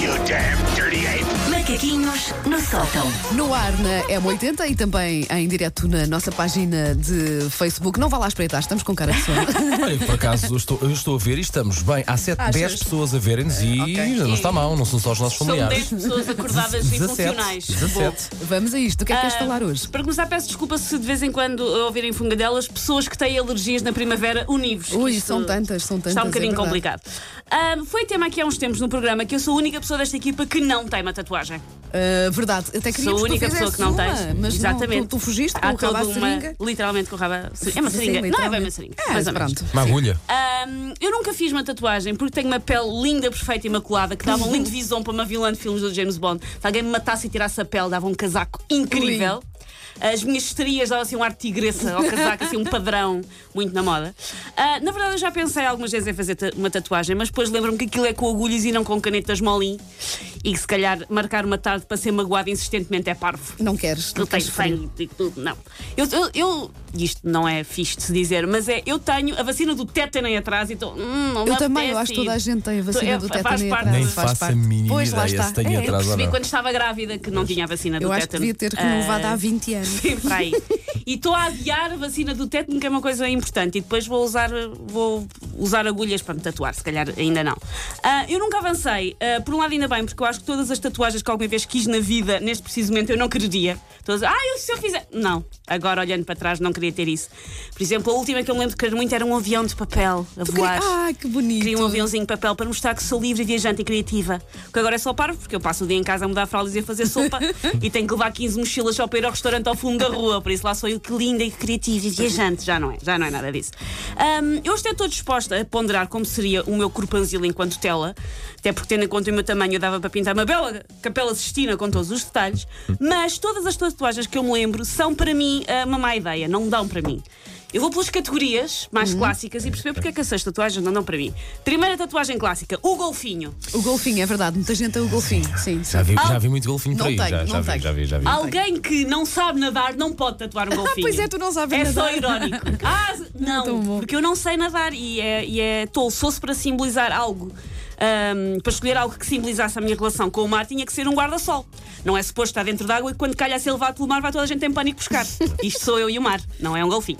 you damn dirty ape! Macaquinhos no sótão. No ar na M80 e também em direto na nossa página de Facebook. Não vá lá espreitar, estamos com cara de sono. Olha, por acaso eu estou, eu estou a ver e estamos bem. Há 7, 10 pessoas a verem-nos e não está mal, não são só os nossos São 10 familiares. pessoas acordadas e 17, funcionais. 17. Vamos a isto. O que é que queres Ah. falar hoje? Para começar, peço desculpa se de vez em quando ouvirem fungadelas, pessoas que têm alergias na primavera, univos. Ui, Isto são tantas, são tantas, Está é um bocadinho verdade. complicado. Ahm, foi tema aqui há uns tempos no programa que eu sou a única pessoa desta equipa que não tem uma tatuagem. Ah, verdade, até queria Sou a que tu única fizesse pessoa que não uma, tens. Mas não, Exatamente. tu, tu fugiste com Há o rabo à toda uma- seringa. Literalmente com o rabo à seringa. É uma Sim, seringa. não é bem uma literalmente. seringa. É, mais ou menos. pronto. Uma agulha. Ahm, eu nunca fiz uma tatuagem porque tenho uma pele linda, perfeita e imaculada que dava um lindo visão para uma vilã de filmes do James Bond. Se alguém me matasse e tirasse a pele, dava um casaco incrível. As minhas estrias davam assim um ar de tigressa ao casaco, assim um padrão muito na moda. Ah, na verdade, eu já pensei algumas vezes em fazer ta- uma tatuagem, mas depois lembro-me que aquilo é com agulhas e não com canetas molin e que se calhar marcar uma tarde para ser magoada insistentemente é parvo. Não queres. Tu queres tens sangue, digo tudo, não. Eu, eu, eu- isto não é fixe de se dizer, mas é, eu tenho a vacina do tétano aí atrás, então. Hum, não me Eu também, eu apetece acho que toda a ir. gente tem a Tu- vacina é, do faz tétano e parte atrás. Nem do- faz faço a parte. mínima Pois lá ideia está. se tenho É, atrás ou Percebi não. quando estava grávida que não tinha a vacina do Eu tétano. Ah, um acho que devia ter renovado há 20 anos. Sim, para aí. E estou a adiar a vacina do tétano, que é uma coisa importante. E depois vou usar, vou usar agulhas para me tatuar, se calhar ainda não. Ah, eu nunca avancei. Ah, por um lado, ainda bem, porque eu acho que todas as tatuagens que alguma vez quis na vida, neste preciso momento, eu não quereria. Todas, ah, eu, se eu fizer. Não, agora olhando para trás, não queria ter isso. Por exemplo, a última que eu me lembro de querer muito era um avião de papel a voar. Ah, que bonito. Queria um aviãozinho de papel para mostrar que sou livre, viajante e criativa. Que agora é só parvo, porque eu passo o dia em casa a mudar fraldas e a fazer sopa e tenho que levar 15 mochilas só para ir ao restaurante ao fundo da rua. Por isso lá sou eu que linda e criativa e viajante. Já não é, já não é nada disso. Ahm, eu estou disposta a ponderar como seria o meu corpanzil enquanto tela, até porque tendo em conta o meu tamanho, eu dava para pintar uma bela capela Sistina com todos os detalhes, mas todas as tatuagens que eu me lembro são para mim ah, uma má ideia, não dão para mim. Eu vou pelas categorias mais clássicas e perceber porque é que essas tatuagens não dão para mim. Primeira tatuagem clássica, o golfinho. O golfinho, é verdade. Muita gente tem o golfinho. Sim, sim. Já vi, já vi muito golfinho por Não aí. tenho, já, já não vi, tenho. já vi, já vi. Alguém que não sabe nadar não pode tatuar um golfinho. pois é, tu não sabes É só nadar. irónico. Ah, Tão bom. não, porque eu não sei nadar e é, e é tolo. Se fosse para simbolizar algo, ahm, para escolher algo que simbolizasse a minha relação com o mar, tinha que ser um guarda-sol. Não é suposto estar dentro d'água e quando calha a ser levado pelo mar, vai toda a gente em pânico buscar. Isto sou eu e o mar, não é um golfinho.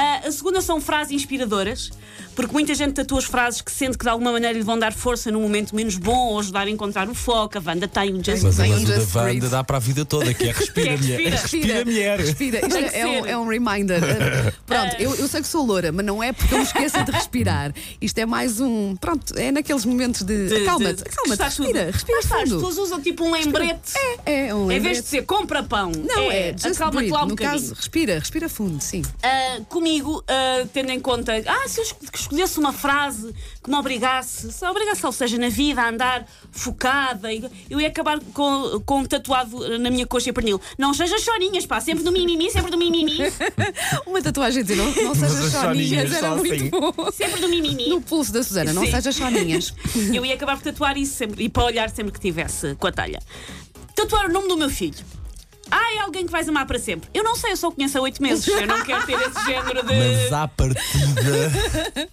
Ah, a segunda são frases inspiradoras, porque muita gente tatua as frases que sente que de alguma maneira lhe vão dar força num momento menos bom ou ajudar a encontrar o foco. A Wanda tem o Just Mas, Tem mas um o da Just Wanda Breathe. dá para a vida toda, que é respira, Que é mulher. respira. Respira, mulher. Respira, isto Tem que é um, ser. é um reminder. Uh, Pronto, eu, eu sei que sou loura, mas não é porque eu me esqueço de respirar. Isto é mais um. Pronto, é naqueles momentos de. de- Calma-te, de- calma-te, estás respira, tudo. respira Lá está, As fundo. pessoas usam tipo um lembrete. É, é um. Em vez de lembrete. dizer compra pão, Não, é, é, just acalma-te breathe. lá um No caso, bocadinho. respira, respira fundo, sim. Ah, comigo, ah, tendo em conta, ah, se eu es- que escolhesse uma frase que me obrigasse, se obrigasse, ou seja, na vida a andar focada, e- eu ia acabar com, com um tatuado na minha coxa e pernil. Não sejas chorinhas, pá, sempre do mimimi, sempre do mimimi, Uma tatuagem de não, não sejas as só ninhas, soninhas, era só muito assim. bom. sempre do mimimi. No pulso da Susana, não Sim. sejas só ninhas. Eu ia acabar por tatuar isso sempre e para olhar sempre que tivesse com a talha. Tatuar o nome do meu filho. Ah, é alguém que vais amar para sempre. Eu não sei, eu só o conheço há oito meses. Eu não quero ter esse género Mas de. à partida,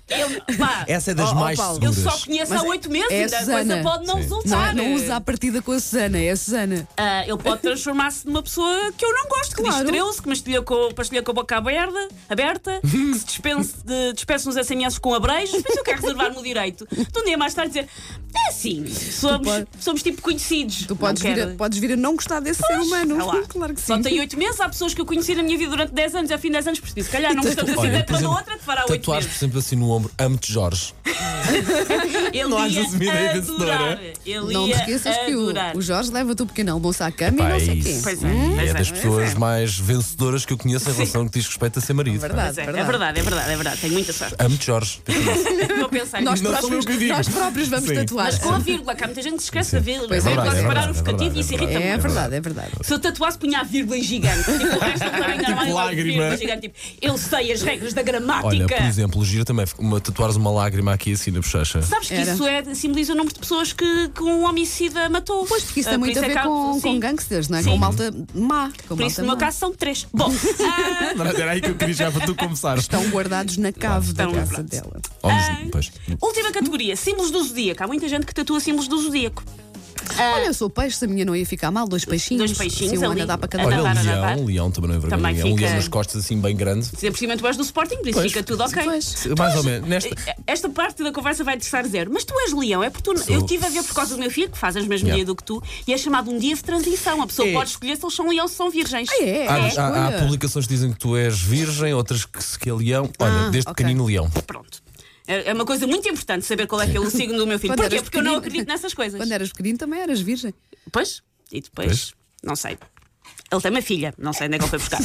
Eu, pá, essa é das Oh, oh, mais Paulo, eu seguras. só conheço Mas há oito meses, é a ainda a coisa Susana. pode não Sim. Não, é, resultar. não usa a partida com a Susana, é a Susana. Ah, ele pode transformar-se numa pessoa que eu não gosto, que Claro. distreu-se, que me estilhou com, pastilhou com a boca aberta, aberta que se dispense de- despece nos SMS com abreijos, mas eu quero reservar-me o direito de um dia mais tarde dizer: é assim, somos, pode- somos tipo conhecidos. Tu podes não vir, quero- a, podes vir a não gostar desse ser humano. Vá lá. Claro que sim. Só tem 8 meses, há pessoas que eu conheci na minha vida durante 10 anos, ao fim de 10 anos, porque se calhar não Então, gostamos assim Olha, tanto por uma da exemplo, outra, que fará 8 Tatuares, meses. por exemplo, assim no ombro, amo-te Jorge. Ele não hajas assumir a ia vencedora. adorar. Ele é? Não te ia esqueças que o, adorar. o Jorge leva-te o pequeno almoço à cama e Pá, não sei o quê. isso. Pois é, E pois é é, das pois pessoas mais vencedoras que eu conheço em Sim. relação ao que diz respeito a ser marido. pá. Verdade, Pois é, é verdade, é verdade, é verdade. Tenho muita sorte. Amo-te Jorge. Estou a pensar Nós, nisso. Não sou eu próprios, que digo. nós próprios vamos Sim. tatuar. Mas com a vírgula, que há muita gente que se esquece a vírgula. Pois é, Tem que é lá separar verdade, o é vocativo verdade, e isso é irrita É muito. verdade, é verdade. Se eu tatuasse, punha a vírgula em gigante. Tipo, o resto é um bocadinho normal, eu gosto de lágrima. vírgula gigante. Tipo, eu sei as regras da Olha, gramática. por exemplo, gira também é uma, tatuares uma lágrima aqui assim na bochecha. Sabes que Era. isso é, simboliza o número de pessoas que, que um homicida matou. Pois, porque isso Ah, tem por muito a é ver que há- com, sim. com gangsters, não é? Sim. Com malta má. Com Por malta isso, no meu má. caso, são três. Bom, ah, Não, Era aí que eu queria já para tu começares. Estão guardados na cave da Estão casa guardados. dela. Olhos, pois. última categoria, símbolos do zodíaco. Há muita gente que tatua símbolos do zodíaco. Olha, eu sou peixe, se a minha não ia ficar mal, dois peixinhos. Ah. Dois peixinhos Sim, um ali. ano dá para cada Olha, um. Olha, Nadar, leão, nadar. leão também não é vergonha. Também É um fica- leão nas costas assim bem grande. Ainda Por cima tu és do Sporting, por isso Pois. fica tudo ok. Eh, Pois. Mais ou menos. Nesta... Esta parte da conversa vai interessar zero. Mas tu és leão, é porque tu... Sou. eu estive a ver por causa do meu filho, que faz as mesmas Yeah. medidas do que tu, e é chamado um dia de transição. A pessoa É. pode escolher se eles são leão ou se são virgens. Ah, é? Há, É. há- há Olha. publicações que dizem que tu és virgem, outras que, se- que é leão. Olha, Ah, desde ok. pequenino leão. Pronto. É é uma coisa muito importante saber qual é que é o signo do meu filho. Quando Porquê? eras Porque eu não pequenino- acredito nessas coisas. Quando eras pequenino também eras virgem. Pois, e depois, Pois. não sei. Ele tem uma filha, não sei onde é que ele foi buscar.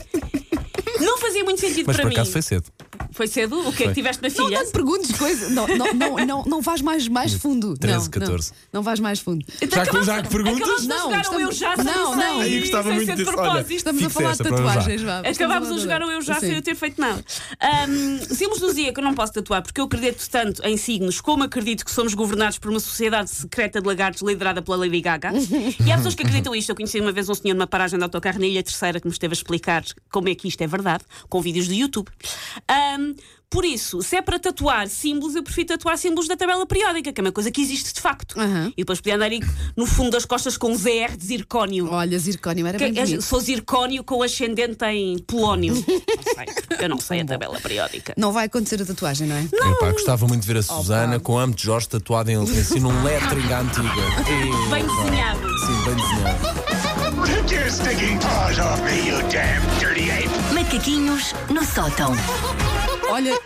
Ahm, não fazia muito sentido Mas para por mim. acaso foi cedo. Foi cedo? O que é que Foi. tiveste na Não, filha? não te perguntes coisas. Não, não, não, não, não vais mais, mais fundo. 13, Não, não. 14. Não, vais mais fundo. Já que, já que perguntas. Acabamos de Não, jogar o estamos- eu já não, sem, não. sem, Ai, eu gostava sem muito ser de disso. Olha, propósito. Estamos a Fixa falar de essa para já. tatuagens, vá. Acabámos de jogar o eu já sem eu ter feito nada. Ahm, Símbolos do dia que eu não posso tatuar, porque eu acredito tanto em signos, como acredito que somos governados por uma sociedade secreta de lagartos liderada pela Lady Gaga. e há pessoas que acreditam isto. Eu conheci uma vez um senhor numa paragem de autocarro na Ilha Terceira que nos esteve a explicar como é que isto é verdade, com vídeos do YouTube. Ahm, por isso, se é para tatuar símbolos, eu prefiro tatuar símbolos da tabela periódica, que é uma coisa que existe de facto. Aham. E depois podia andar aí no fundo das costas com um ZR de zircónio. Olha, Zircónio, era bem Que- bonito. sou zircónio com ascendente em polónio. Não sei, eu não sei a tabela periódica. Não vai acontecer a tatuagem, não é? Epá, gostava muito de ver a Susana com a Amo de Jorge tatuada em assim num lettering à antiga. Epá. Bem desenhado. Sim, bem desenhado. Take your stinking paws off me, you damn dirty ape! Macaquinhos no sótão. Olha,